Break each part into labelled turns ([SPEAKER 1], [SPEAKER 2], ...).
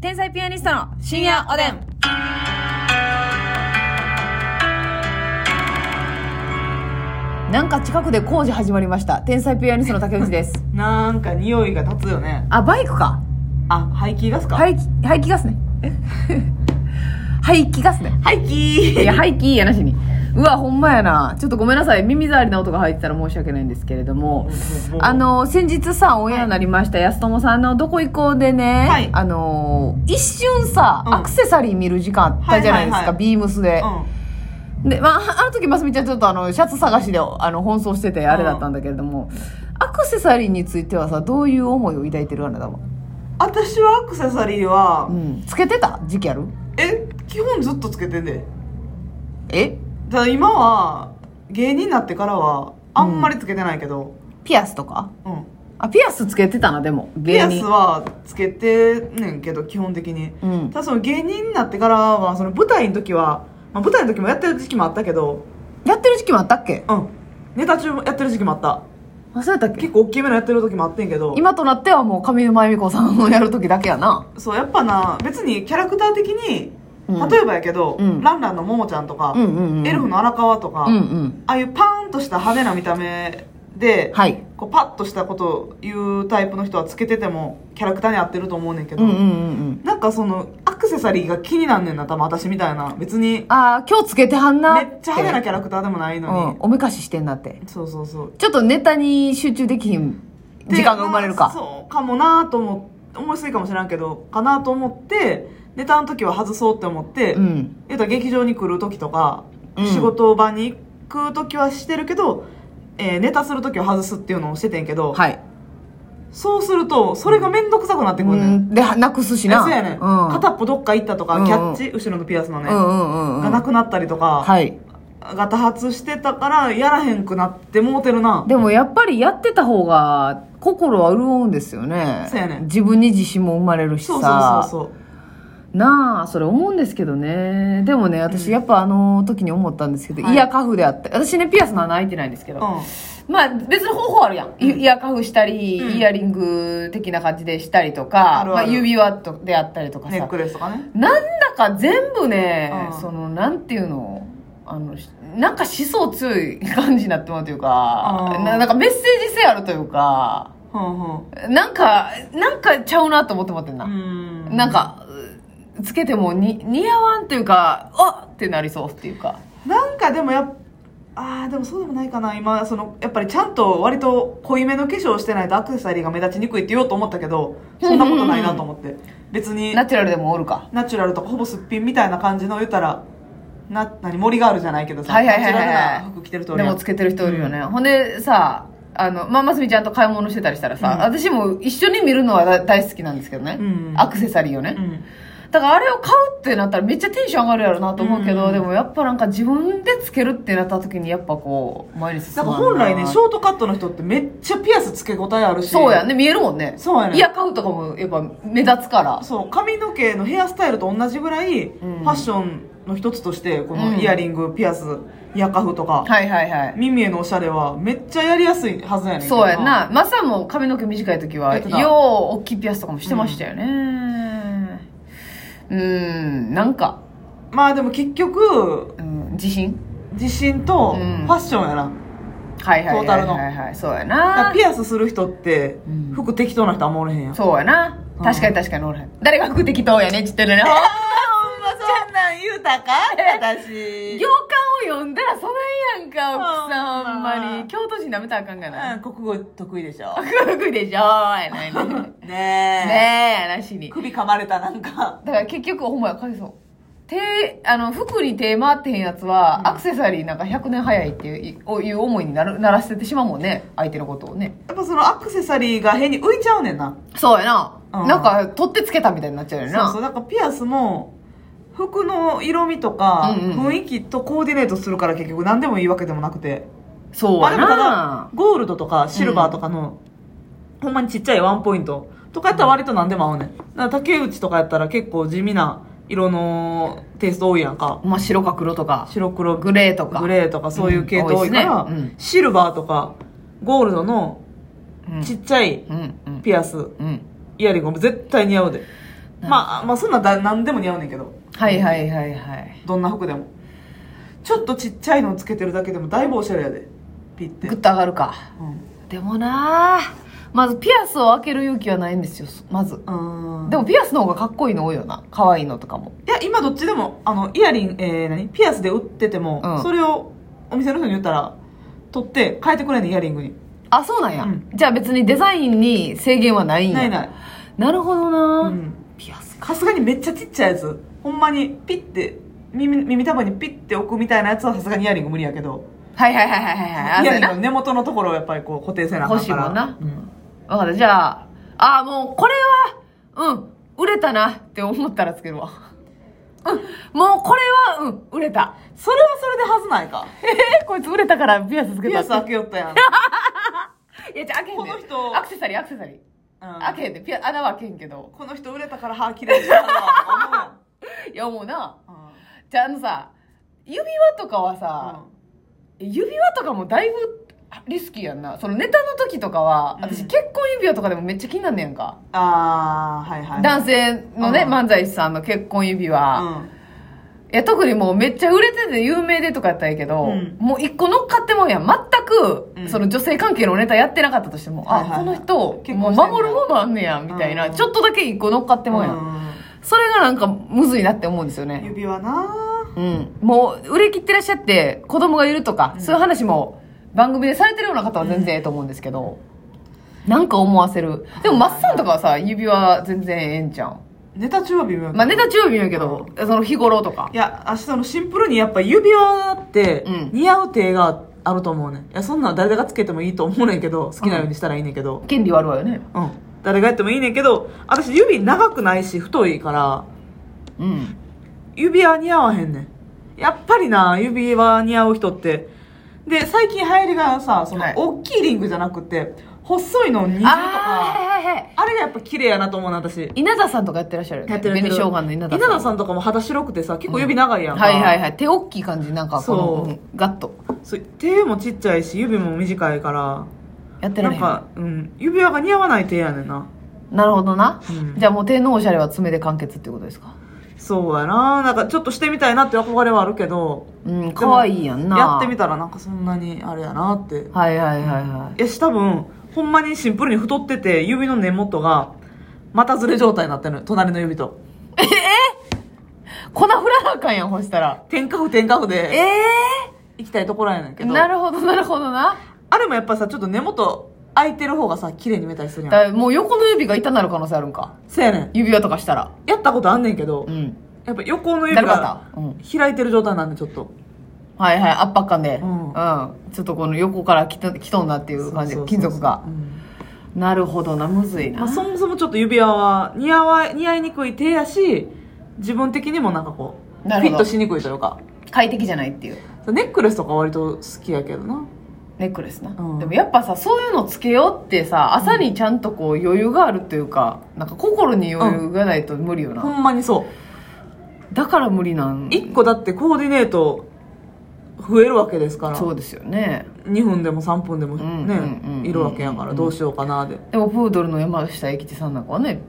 [SPEAKER 1] 天才ピアニストの深夜おでん。なんか近くで工事始まりました。天才ピアニストの竹内です。
[SPEAKER 2] なんか匂いが立つよね
[SPEAKER 1] あ、バイクか。
[SPEAKER 2] あ排気ガスか
[SPEAKER 1] 排気、排気ガスね。え排気ガスね。
[SPEAKER 2] 排気
[SPEAKER 1] いや、排気やなしに。うわ、ほんまやな。ちょっとごめんなさい。耳障りな音が入ってたら申し訳ないんですけれども。あの、先日さ、オンエアになりました、安友さんのどこ行こうでね、
[SPEAKER 2] はい
[SPEAKER 1] あの、一瞬さ、
[SPEAKER 2] うん
[SPEAKER 1] アクセサリー見る時間あったじゃないですか、
[SPEAKER 2] はいはいはい
[SPEAKER 1] ビームスで。
[SPEAKER 2] う
[SPEAKER 1] で、まあ、あの時、ますみちゃんちょっとあの、シャツ探しで、あの、奔走してて、あれだったんだけれども、アクセサリーについてはさ、どういう思いを抱いてるあなたは。
[SPEAKER 2] ん私はアクセサリーは、
[SPEAKER 1] うん。つけてた時期ある
[SPEAKER 2] え基本ずっとつけてんで
[SPEAKER 1] え
[SPEAKER 2] ただ今は芸人になってからはあんまりつけてないけど、
[SPEAKER 1] ピアスとか
[SPEAKER 2] うん
[SPEAKER 1] あ、ピアスつけてたな、でも。
[SPEAKER 2] ピ
[SPEAKER 1] 芸
[SPEAKER 2] ア
[SPEAKER 1] 人
[SPEAKER 2] スはつけてんねんけど基本的に、
[SPEAKER 1] うん
[SPEAKER 2] ただその芸人になってからはその舞台の時は、まあ、舞台の時もやってる時期もあったけど
[SPEAKER 1] やってる時期もあったっけ
[SPEAKER 2] うんネタ中もやってる時期もあった
[SPEAKER 1] 忘れたっけ
[SPEAKER 2] 結構大きめのやってる時もあってんけど
[SPEAKER 1] 今となってはもう上沼恵美子さんをやる時だけやな。
[SPEAKER 2] そうやっぱな別にキャラクター的に、
[SPEAKER 1] うん
[SPEAKER 2] 例えばやけど、
[SPEAKER 1] うん
[SPEAKER 2] ランランのももちゃんとか、
[SPEAKER 1] うんうんうん
[SPEAKER 2] エルフの荒川とか、
[SPEAKER 1] うんう
[SPEAKER 2] あ
[SPEAKER 1] ん。
[SPEAKER 2] あいうパーンとした派手な見た目で、
[SPEAKER 1] はい。
[SPEAKER 2] こうパッとしたことを言うタイプの人はつけててもキャラクターに合ってると思うねんけ
[SPEAKER 1] う
[SPEAKER 2] ど、
[SPEAKER 1] んうんうんうん。
[SPEAKER 2] なんかそのアクセサリーが気になんねんな多分私みたいな別に
[SPEAKER 1] ああ、今日つけてはんな
[SPEAKER 2] め
[SPEAKER 1] て
[SPEAKER 2] っちゃ派手なキャラクターでもないの
[SPEAKER 1] うん。おめかししてんなって
[SPEAKER 2] に、。そうそうそう
[SPEAKER 1] ちょっとネタに集中できひん時間が生まれる
[SPEAKER 2] で
[SPEAKER 1] か。
[SPEAKER 2] そうかもなと思思いすぎかもしれんけどかなと思ってネタの時は外そうって思って、
[SPEAKER 1] うん。
[SPEAKER 2] 言うたら劇場に来る時とか、
[SPEAKER 1] うん
[SPEAKER 2] 仕事場に行く時はしてるけど、えーネタする時は外すっていうのをしててんけど、
[SPEAKER 1] はい。
[SPEAKER 2] そうするとそれが面倒くさくなってく
[SPEAKER 1] う
[SPEAKER 2] るねん、
[SPEAKER 1] ん。で、はなくすし
[SPEAKER 2] え
[SPEAKER 1] な。
[SPEAKER 2] そうやねん、
[SPEAKER 1] うん。
[SPEAKER 2] 片っぽどっか行ったとか、
[SPEAKER 1] うんうん
[SPEAKER 2] キャッチ後ろのピアスのね、
[SPEAKER 1] うんうんうんう
[SPEAKER 2] が
[SPEAKER 1] ん。
[SPEAKER 2] なくなったりとか、
[SPEAKER 1] はい。
[SPEAKER 2] が多発してたからやらへんくなってもうてるな
[SPEAKER 1] でもやっぱりやってた方が心は潤うんですよね。
[SPEAKER 2] そうやねん
[SPEAKER 1] 自分に自信も生まれるしさ。
[SPEAKER 2] そうそうそう
[SPEAKER 1] なあそれ思うんですけどねでもね私やっぱあの時に思ったんですけど、
[SPEAKER 2] はい
[SPEAKER 1] イヤーカフであって私ねピアスの穴開いてないんですけど、
[SPEAKER 2] そう、
[SPEAKER 1] まあ別に方法あるやん、イイヤーカフしたり、
[SPEAKER 2] うん
[SPEAKER 1] イヤリング的な感じでしたりとか
[SPEAKER 2] あるある
[SPEAKER 1] まあ、指輪とであったりと
[SPEAKER 2] う
[SPEAKER 1] か
[SPEAKER 2] ん、ネッ
[SPEAKER 1] さ
[SPEAKER 2] クレスとかね
[SPEAKER 1] なんだか全部ね、
[SPEAKER 2] うん
[SPEAKER 1] そのなんていうのあのしなんか思想強い感じになってもらうというか、
[SPEAKER 2] うん
[SPEAKER 1] ななんかメッセージ性あるというか
[SPEAKER 2] うんうん
[SPEAKER 1] なんかなんかちゃうなと思ってもってんな、
[SPEAKER 2] うん
[SPEAKER 1] なんか、うつけてもに似合わんというか、あってなりそうっていうか。
[SPEAKER 2] なんかでもやっあーでもそうでもないかな今そのやっぱりちゃんと割と濃いめの化粧してないとアクセサリーが目立ちにくいって言おうと思ったけどそんなことないなと思って別に
[SPEAKER 1] ナチュラルでもおるか。
[SPEAKER 2] ナチュラルとかほぼすっぴんみたいな感じの言ったらな何森があるじゃないけどさ、
[SPEAKER 1] はいはいはいはい
[SPEAKER 2] ナチュラルな服着てると
[SPEAKER 1] で
[SPEAKER 2] 俺
[SPEAKER 1] もつけてる人おるよね。ほんでさ、あの、まあ、ますみちゃんと買い物してたりしたらさ、
[SPEAKER 2] うん
[SPEAKER 1] 私も一緒に見るのはだ大好きなんですけどね。
[SPEAKER 2] うん
[SPEAKER 1] アクセサリーをね。
[SPEAKER 2] うん
[SPEAKER 1] だからあれを買うってなったらめっちゃテンション上がるやろなと思うけど、
[SPEAKER 2] うん
[SPEAKER 1] でもやっぱなんか自分でつけるってなった時にやっぱこう、前に進
[SPEAKER 2] なん
[SPEAKER 1] ま
[SPEAKER 2] か
[SPEAKER 1] ん
[SPEAKER 2] 本来ねショートカットの人ってめっちゃピアスつけ応えあるし
[SPEAKER 1] そうやんね、見えるもんね。
[SPEAKER 2] そうやね
[SPEAKER 1] いや、買うとかもやっぱ目立つから。
[SPEAKER 2] そう髪の毛のヘアスタイルと同じぐらい、
[SPEAKER 1] ん
[SPEAKER 2] ファッションの一つとしてこ
[SPEAKER 1] うん
[SPEAKER 2] のイヤリング、ピアスイヤカフとか
[SPEAKER 1] はいはいはい。
[SPEAKER 2] 耳へのおしゃれはめっちゃやりやすいはずやねんけど
[SPEAKER 1] そうやんな。マサも髪の毛短い時は、
[SPEAKER 2] やっ
[SPEAKER 1] よ
[SPEAKER 2] て
[SPEAKER 1] う
[SPEAKER 2] た
[SPEAKER 1] 大きいピアスとかもしてましたよね。うーん、なんか、
[SPEAKER 2] まあでも結局
[SPEAKER 1] うん、自信
[SPEAKER 2] 自信と
[SPEAKER 1] う
[SPEAKER 2] フ
[SPEAKER 1] ん
[SPEAKER 2] ァッションやな、
[SPEAKER 1] はいはいはい
[SPEAKER 2] トータルの
[SPEAKER 1] はいはい。そうや
[SPEAKER 2] だから
[SPEAKER 1] な。
[SPEAKER 2] ピアスする人って
[SPEAKER 1] うん
[SPEAKER 2] 服適当な人あんまおれへんやん、
[SPEAKER 1] そうやな。
[SPEAKER 2] うん
[SPEAKER 1] 確かに確かにおらへん。誰が服適当やねんちってるね。ほんま
[SPEAKER 2] そんなん言うたか私
[SPEAKER 1] 行間を読んだらそないやんか、奥さん。
[SPEAKER 2] ほ
[SPEAKER 1] ほん
[SPEAKER 2] んま
[SPEAKER 1] まに。京都人舐めたらあかんがな。
[SPEAKER 2] 国語得意でしょ
[SPEAKER 1] 服でしょやないね。
[SPEAKER 2] ねえ
[SPEAKER 1] ねえ、やなしに。
[SPEAKER 2] 首噛まれたなんか
[SPEAKER 1] だから結局ほんまやかりそう手あの服に手回ってへんやつは、アクセサリーなんか100年早いっていうおいう思いになるならせてしまうもんね相手のことをね
[SPEAKER 2] やっぱそのアクセサリーが変に浮いちゃうねんな
[SPEAKER 1] そうやな、
[SPEAKER 2] うん
[SPEAKER 1] なんか取ってつけたみたいになっちゃうよな
[SPEAKER 2] そうそうなんかピアスも服の色味とか
[SPEAKER 1] うんうん
[SPEAKER 2] 雰囲気とコーディネートするから結局何でもいいわけでもなくて
[SPEAKER 1] そう
[SPEAKER 2] まあ
[SPEAKER 1] や
[SPEAKER 2] でもただ
[SPEAKER 1] な
[SPEAKER 2] ゴールドとかシルバーとかの、ほんまにちっちゃいワンポイントとかやったら割と何でも合うねんだから竹内とかやったら結構地味な色のテイスト多いやんか
[SPEAKER 1] まあ、白か黒とか
[SPEAKER 2] 白黒グ
[SPEAKER 1] グレーとか
[SPEAKER 2] レーとかそういう系統多いから、
[SPEAKER 1] うん多いっすねうん
[SPEAKER 2] シルバーとかゴールドの
[SPEAKER 1] うん
[SPEAKER 2] ちっちゃい
[SPEAKER 1] うんうん
[SPEAKER 2] ピアス、
[SPEAKER 1] うん
[SPEAKER 2] イヤリングも絶対似合うでまあまあそんなんだ何でも似合うねんけど
[SPEAKER 1] はいはいはいはい
[SPEAKER 2] どんな服でもちょっとちっちゃいのつけてるだけでもだいぶおしゃれやでピッて、
[SPEAKER 1] グッと上がるか
[SPEAKER 2] う
[SPEAKER 1] でもなあまずピアスを開ける勇気はないんですよまず
[SPEAKER 2] ん、うん
[SPEAKER 1] でもピアスの方がかっこいいの多いよな可愛いのとかも
[SPEAKER 2] いや今どっちでもあのイヤリン、えー、何ピアスで売ってても、
[SPEAKER 1] うん
[SPEAKER 2] それをお店の人に言ったら取って変えてくれんねんイヤリングに
[SPEAKER 1] あそうなんや、
[SPEAKER 2] うん
[SPEAKER 1] じゃあ別にデザインに制限はないんや
[SPEAKER 2] ないない、
[SPEAKER 1] なるほどな、
[SPEAKER 2] うん、
[SPEAKER 1] ピアスか
[SPEAKER 2] さすがにめっちゃちっちゃいやつほんまにピッて耳耳たぶにピッて置くみたいなやつはさすがにイヤリング無理やけど
[SPEAKER 1] はいはいはいはいはい
[SPEAKER 2] イ
[SPEAKER 1] あ
[SPEAKER 2] ヤ
[SPEAKER 1] そう
[SPEAKER 2] リ
[SPEAKER 1] や
[SPEAKER 2] ング
[SPEAKER 1] な
[SPEAKER 2] の根元のところをやっぱりこう固定せなあかんから
[SPEAKER 1] 欲しい
[SPEAKER 2] うん
[SPEAKER 1] 分かったじゃああーもうこれはうん売れたなって思ったらつけるわうんもうこれはうん売れた
[SPEAKER 2] それはそれではずないか
[SPEAKER 1] え ー、こいつ売れたからピアスつけ
[SPEAKER 2] ピ
[SPEAKER 1] た
[SPEAKER 2] ア
[SPEAKER 1] っ
[SPEAKER 2] ス
[SPEAKER 1] て
[SPEAKER 2] 開けよったやん、
[SPEAKER 1] いやじゃあ開けへんで
[SPEAKER 2] この人
[SPEAKER 1] アクセサリーアクセサリー
[SPEAKER 2] うん
[SPEAKER 1] 開けへんでピア穴は開けへんけど
[SPEAKER 2] この人売れたから歯切れちゃうわ
[SPEAKER 1] いやもうな
[SPEAKER 2] 思うやん
[SPEAKER 1] じゃああのさ指輪とかはさ、指輪とかもだいぶリスキーやんなそのネタの時とかは、
[SPEAKER 2] うん
[SPEAKER 1] 私結婚指輪とかでもめっちゃ気になんねやんか、
[SPEAKER 2] うん、ああはいはい
[SPEAKER 1] 男性のね、
[SPEAKER 2] うん
[SPEAKER 1] 漫才師さんの結婚指輪、
[SPEAKER 2] うん
[SPEAKER 1] いや、特にもうめっちゃ売れてて有名でとかやったらいいけど、
[SPEAKER 2] うん
[SPEAKER 1] もう一個乗っかってもんやん。全く、
[SPEAKER 2] うん
[SPEAKER 1] その女性関係のネタやってなかったとしても、
[SPEAKER 2] はいはいはい
[SPEAKER 1] あ、この人、
[SPEAKER 2] 結
[SPEAKER 1] もう
[SPEAKER 2] 婚してんだ
[SPEAKER 1] 守るものあんねや、みたいな、
[SPEAKER 2] うん
[SPEAKER 1] ちょっとだけ一個乗っかってもんやん。
[SPEAKER 2] う
[SPEAKER 1] それがなんかむずいなって思うんですよ
[SPEAKER 2] ん
[SPEAKER 1] ね。
[SPEAKER 2] 指輪な
[SPEAKER 1] うん。もう、売れ切ってらっしゃって、子供がいるとか、
[SPEAKER 2] うん
[SPEAKER 1] そういう話も番組でされてるような方は全然ええと思うんですけど、なんか思わせる。でも、マッサンとかはさ、指輪全然ええんちゃう
[SPEAKER 2] ネタ中は微妙
[SPEAKER 1] ん。まあ、ネタ中は見るけど、その日頃とか
[SPEAKER 2] い。や明日のシンプルにやっぱ指輪って
[SPEAKER 1] うん
[SPEAKER 2] 似合う手があると思うねんいやそんなん誰がつけてもいいと思うねんけど好きなようにしたらいいねんけど
[SPEAKER 1] 権利はあるわよね。
[SPEAKER 2] うん誰がやってもいいねんけど私指長くないし太いから
[SPEAKER 1] うん。
[SPEAKER 2] 指輪似合わへんねんやっぱりな指輪似合う人ってで最近流行りがさその
[SPEAKER 1] はい
[SPEAKER 2] 大きいリングじゃなくて細いのを20とかあ
[SPEAKER 1] あーはいはいはい
[SPEAKER 2] れがやっぱ綺麗やなと思うな私
[SPEAKER 1] 稲田さんとかやってらっしゃるよね
[SPEAKER 2] やってるやってる
[SPEAKER 1] 紅生姜の稲田さん
[SPEAKER 2] 稲田さんとかも肌白くてさ結構指長いやんか、
[SPEAKER 1] はいはいはい手大きい感じなんかこの
[SPEAKER 2] そ
[SPEAKER 1] う
[SPEAKER 2] う
[SPEAKER 1] んガッと
[SPEAKER 2] そう手もちっちゃいし指も短いから
[SPEAKER 1] やってられ
[SPEAKER 2] な
[SPEAKER 1] へん
[SPEAKER 2] んか、うん、指輪が似合わない手やねんな
[SPEAKER 1] なるほどな、
[SPEAKER 2] うん
[SPEAKER 1] じゃあもう手のおしゃれは爪で完結っていうことですか
[SPEAKER 2] そうやななんかちょっとしてみたいなって憧れはあるけど
[SPEAKER 1] うん可愛いやんな
[SPEAKER 2] やってみ
[SPEAKER 1] た
[SPEAKER 2] たらなんかそんなにあれやなって
[SPEAKER 1] はいはいはいはい
[SPEAKER 2] やし多分ほんまにシンプルに太ってて指の根元が股ずれ状態になってる隣の指と
[SPEAKER 1] い粉振らなあかんやんほしたら
[SPEAKER 2] 天下不天下不
[SPEAKER 1] え
[SPEAKER 2] で
[SPEAKER 1] え
[SPEAKER 2] 行きたいところやねんけ
[SPEAKER 1] ー、
[SPEAKER 2] ど
[SPEAKER 1] なるほどなるほどな
[SPEAKER 2] あれもやっぱさちょっと根元開いてる方がさ綺麗に見えたりする
[SPEAKER 1] だ
[SPEAKER 2] や
[SPEAKER 1] か
[SPEAKER 2] ん
[SPEAKER 1] らもう横の指が痛なる可能性あるんか
[SPEAKER 2] せやねん
[SPEAKER 1] 指輪とかしたら
[SPEAKER 2] やったことあんねんけど
[SPEAKER 1] うん
[SPEAKER 2] やっぱ横の指
[SPEAKER 1] だる
[SPEAKER 2] が
[SPEAKER 1] かったうん
[SPEAKER 2] 開いてる状態なんでちょっと
[SPEAKER 1] はいはい圧迫感で
[SPEAKER 2] う
[SPEAKER 1] うんん、ちょっとこの横からきたきとんなっていう感じ
[SPEAKER 2] そうそうそうそう
[SPEAKER 1] 金属が
[SPEAKER 2] うん
[SPEAKER 1] なるほどなむずいな、
[SPEAKER 2] まあ、そもそもちょっと指輪は似合わ似合いにくい手やし自分的にもなんかこうフ
[SPEAKER 1] なる
[SPEAKER 2] ィ
[SPEAKER 1] ほ
[SPEAKER 2] ッ
[SPEAKER 1] ど
[SPEAKER 2] トしにくいというか
[SPEAKER 1] 快適じゃないっていう
[SPEAKER 2] ネックレスとか割と好きやけどな
[SPEAKER 1] ネックレスな、
[SPEAKER 2] うん
[SPEAKER 1] でもやっぱさそういうのつけようってさ朝にちゃんとこう余裕があるというかなんか心に余裕がないと無理よな、
[SPEAKER 2] ほんまにそう
[SPEAKER 1] だから無理なん
[SPEAKER 2] 一個だってコーディネート増えるわけですから
[SPEAKER 1] そうですよね
[SPEAKER 2] 2分でも3分でも
[SPEAKER 1] うん
[SPEAKER 2] ね
[SPEAKER 1] うんうん
[SPEAKER 2] いるわけやからどうしようかなで
[SPEAKER 1] でもプードルの山下英吉さんなんかはね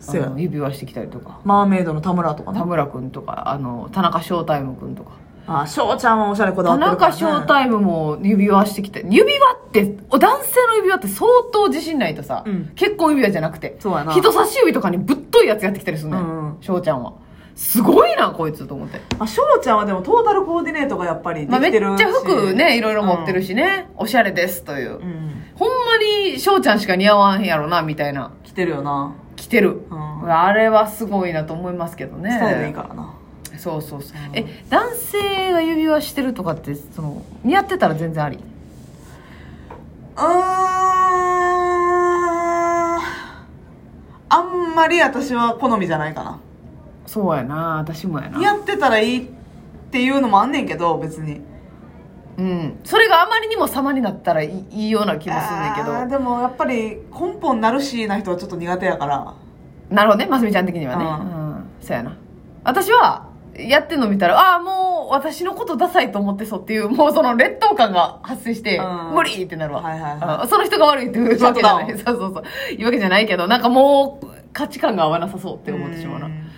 [SPEAKER 1] あ
[SPEAKER 2] せや
[SPEAKER 1] の指輪してきたりとか
[SPEAKER 2] マーメイドの田村とか
[SPEAKER 1] 田
[SPEAKER 2] ね
[SPEAKER 1] 村君とかあの田中翔太夢君とか
[SPEAKER 2] あ翔ちゃんはおしゃれこだわ
[SPEAKER 1] 田
[SPEAKER 2] ってるから、
[SPEAKER 1] 中
[SPEAKER 2] ね、
[SPEAKER 1] 翔太夢も指輪してきて指輪ってお男性の指輪って相当自信ないとさ、
[SPEAKER 2] うん
[SPEAKER 1] 結婚指輪じゃなくて
[SPEAKER 2] そうやな
[SPEAKER 1] 人差し指とかにぶっといやつやってきたりするね
[SPEAKER 2] うんうん
[SPEAKER 1] 翔、ちゃんはすごいなこいつと思って、
[SPEAKER 2] まあ翔ちゃんはでもトータルコーディネートがやっぱりで
[SPEAKER 1] まあ、め
[SPEAKER 2] き
[SPEAKER 1] ってち
[SPEAKER 2] るし、
[SPEAKER 1] ゃ服ねいろいろ持ってるしね、おしゃれですという、
[SPEAKER 2] うん
[SPEAKER 1] ほんまに翔ちゃんしか似合わんやろなみたいな
[SPEAKER 2] 着てるよな
[SPEAKER 1] 着てる、
[SPEAKER 2] うん
[SPEAKER 1] あれはすごいなと思いますけどね
[SPEAKER 2] スタイルいいからな
[SPEAKER 1] そうそうそう、
[SPEAKER 2] うん
[SPEAKER 1] え男性が指輪してるとかってその似合ってたら全然あり
[SPEAKER 2] ああんまり私は好みじゃないかな
[SPEAKER 1] そうやな私もやな
[SPEAKER 2] 似合ってたらいいっていうのもあんねんけど別に
[SPEAKER 1] うん、それがあまりにも様になったらいいいいような気もするんだけ
[SPEAKER 2] あー
[SPEAKER 1] ど
[SPEAKER 2] でもやっぱり根本なるしな人はちょっと苦手やから
[SPEAKER 1] なるほどねますみちゃん的にはね
[SPEAKER 2] う
[SPEAKER 1] うんそうやな私はやってんの見たらああもう私のことダサいと思ってそうっていうもうその劣等感が発生して、
[SPEAKER 2] うん
[SPEAKER 1] 無理ってなるわ、
[SPEAKER 2] はいはいは
[SPEAKER 1] うんその人が悪いっていうわけじゃないそうそうそういうわけじゃないけどなんかもう価値観が合わなさそうって思ってしまうな、
[SPEAKER 2] ん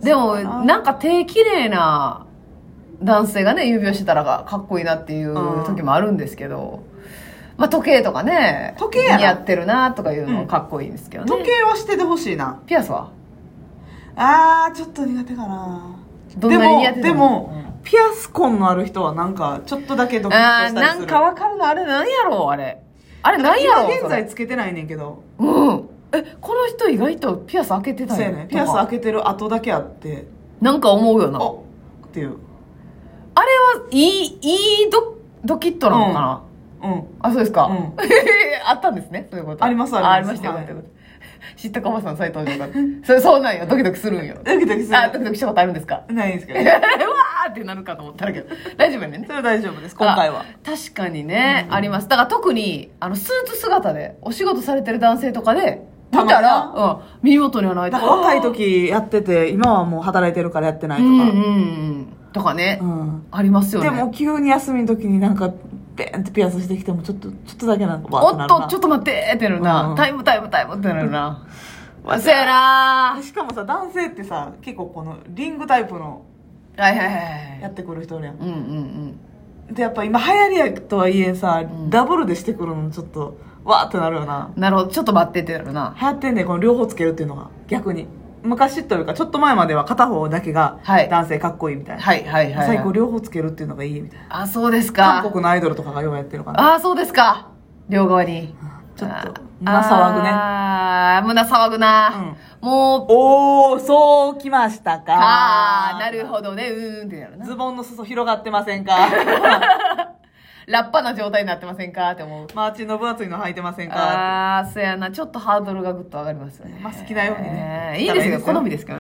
[SPEAKER 1] でも
[SPEAKER 2] そうだ
[SPEAKER 1] なんか手綺麗な男性がね指をしてたらかっこいいなっていう時もあるんですけど、まあ時計とかね
[SPEAKER 2] 時計やな
[SPEAKER 1] 似合ってるなとかいう
[SPEAKER 2] う
[SPEAKER 1] の
[SPEAKER 2] ん
[SPEAKER 1] かっこいいんですけどね、
[SPEAKER 2] 時計はしててほしいな
[SPEAKER 1] ピアスは
[SPEAKER 2] あーちょっと苦手かな
[SPEAKER 1] どんなに似合って
[SPEAKER 2] で
[SPEAKER 1] て
[SPEAKER 2] も
[SPEAKER 1] う
[SPEAKER 2] で
[SPEAKER 1] ん
[SPEAKER 2] もピアス痕のある人はなんかちょっとだけドキッ
[SPEAKER 1] あ
[SPEAKER 2] と
[SPEAKER 1] ー
[SPEAKER 2] したり
[SPEAKER 1] な
[SPEAKER 2] する
[SPEAKER 1] んかわかるのあれなんやろうあれあれなんやろう
[SPEAKER 2] 今現在
[SPEAKER 1] それ
[SPEAKER 2] つけてないねんけど
[SPEAKER 1] うんえこの人意外とピアス開けてた
[SPEAKER 2] そうや
[SPEAKER 1] よ
[SPEAKER 2] ねピアス開
[SPEAKER 1] け
[SPEAKER 2] けてる後だけあって
[SPEAKER 1] なんか思うよな
[SPEAKER 2] あっていう
[SPEAKER 1] あれはいいいいドドキッとなのかな、
[SPEAKER 2] うん
[SPEAKER 1] あそうですか、
[SPEAKER 2] うん
[SPEAKER 1] あったんですねそういうこと
[SPEAKER 2] あります
[SPEAKER 1] あ
[SPEAKER 2] あ
[SPEAKER 1] り
[SPEAKER 2] り
[SPEAKER 1] ま
[SPEAKER 2] ます
[SPEAKER 1] したよかったよ
[SPEAKER 2] は
[SPEAKER 1] かった知ったかまさんの斎藤城が それそうなんよドキドキするん よ
[SPEAKER 2] ドキドキする
[SPEAKER 1] あドキドキしたことあるんですか
[SPEAKER 2] ないんですけど
[SPEAKER 1] うわーってなるかと思ったんだけど大丈夫やねんね
[SPEAKER 2] それは大丈夫です今回は
[SPEAKER 1] あ確かにね、ありますだから特にあのスーツ姿でお仕事されてる男性とかで見た
[SPEAKER 2] た
[SPEAKER 1] ら、
[SPEAKER 2] ま
[SPEAKER 1] うん、見事にはない
[SPEAKER 2] だから若い時やってて今はもう働いてるからやってな
[SPEAKER 1] と
[SPEAKER 2] い
[SPEAKER 1] か、
[SPEAKER 2] と
[SPEAKER 1] うんうん
[SPEAKER 2] か、
[SPEAKER 1] うん、とかね、
[SPEAKER 2] うん
[SPEAKER 1] ありますよね
[SPEAKER 2] でも急に休みの時になんかベーンってピアスしてきてもちょっとちょっとだけなんかわー
[SPEAKER 1] お
[SPEAKER 2] てな
[SPEAKER 1] っ
[SPEAKER 2] るな
[SPEAKER 1] とちょっと待ってーってなるな、
[SPEAKER 2] うん
[SPEAKER 1] タイムタイムタイムってなるな、そうやな
[SPEAKER 2] しかもさ男性ってさ結構このリングタイプの
[SPEAKER 1] ーはいはいはいは
[SPEAKER 2] や
[SPEAKER 1] い
[SPEAKER 2] ってくる人おるやん
[SPEAKER 1] うんうんうん
[SPEAKER 2] でやっぱ今流行りやとはいえさ、
[SPEAKER 1] ん
[SPEAKER 2] ダブルでしてくるのちょっとわーってなるよな
[SPEAKER 1] なるほどちょっと待ってってなるな
[SPEAKER 2] 流行ってんねんこの両方つけるっていうのが逆に昔というかちょっと前までは片方だけが
[SPEAKER 1] はい
[SPEAKER 2] 男性かっこいいみたいな、
[SPEAKER 1] はいはいはい、
[SPEAKER 2] 最高両方つけるっていうのがいいみたいな
[SPEAKER 1] あそうですか
[SPEAKER 2] 韓国のアイドルとかがようやってるかな
[SPEAKER 1] ああそうですか両側に
[SPEAKER 2] ちょっと胸騒ぐね
[SPEAKER 1] ああ、胸騒ぐな。もう、
[SPEAKER 2] おーそうきましたか
[SPEAKER 1] ああ、なるほどね。うーんってなるな。
[SPEAKER 2] ズボンの裾広がってませんか
[SPEAKER 1] ラッパな状態になってませんかって思う。
[SPEAKER 2] マーチンの分厚いの履いてませんか
[SPEAKER 1] ああ、そうやな。ちょっとハードルがぐっと上がりますよね。
[SPEAKER 2] まあ好きなようにね
[SPEAKER 1] えーいいですよ。好みですけど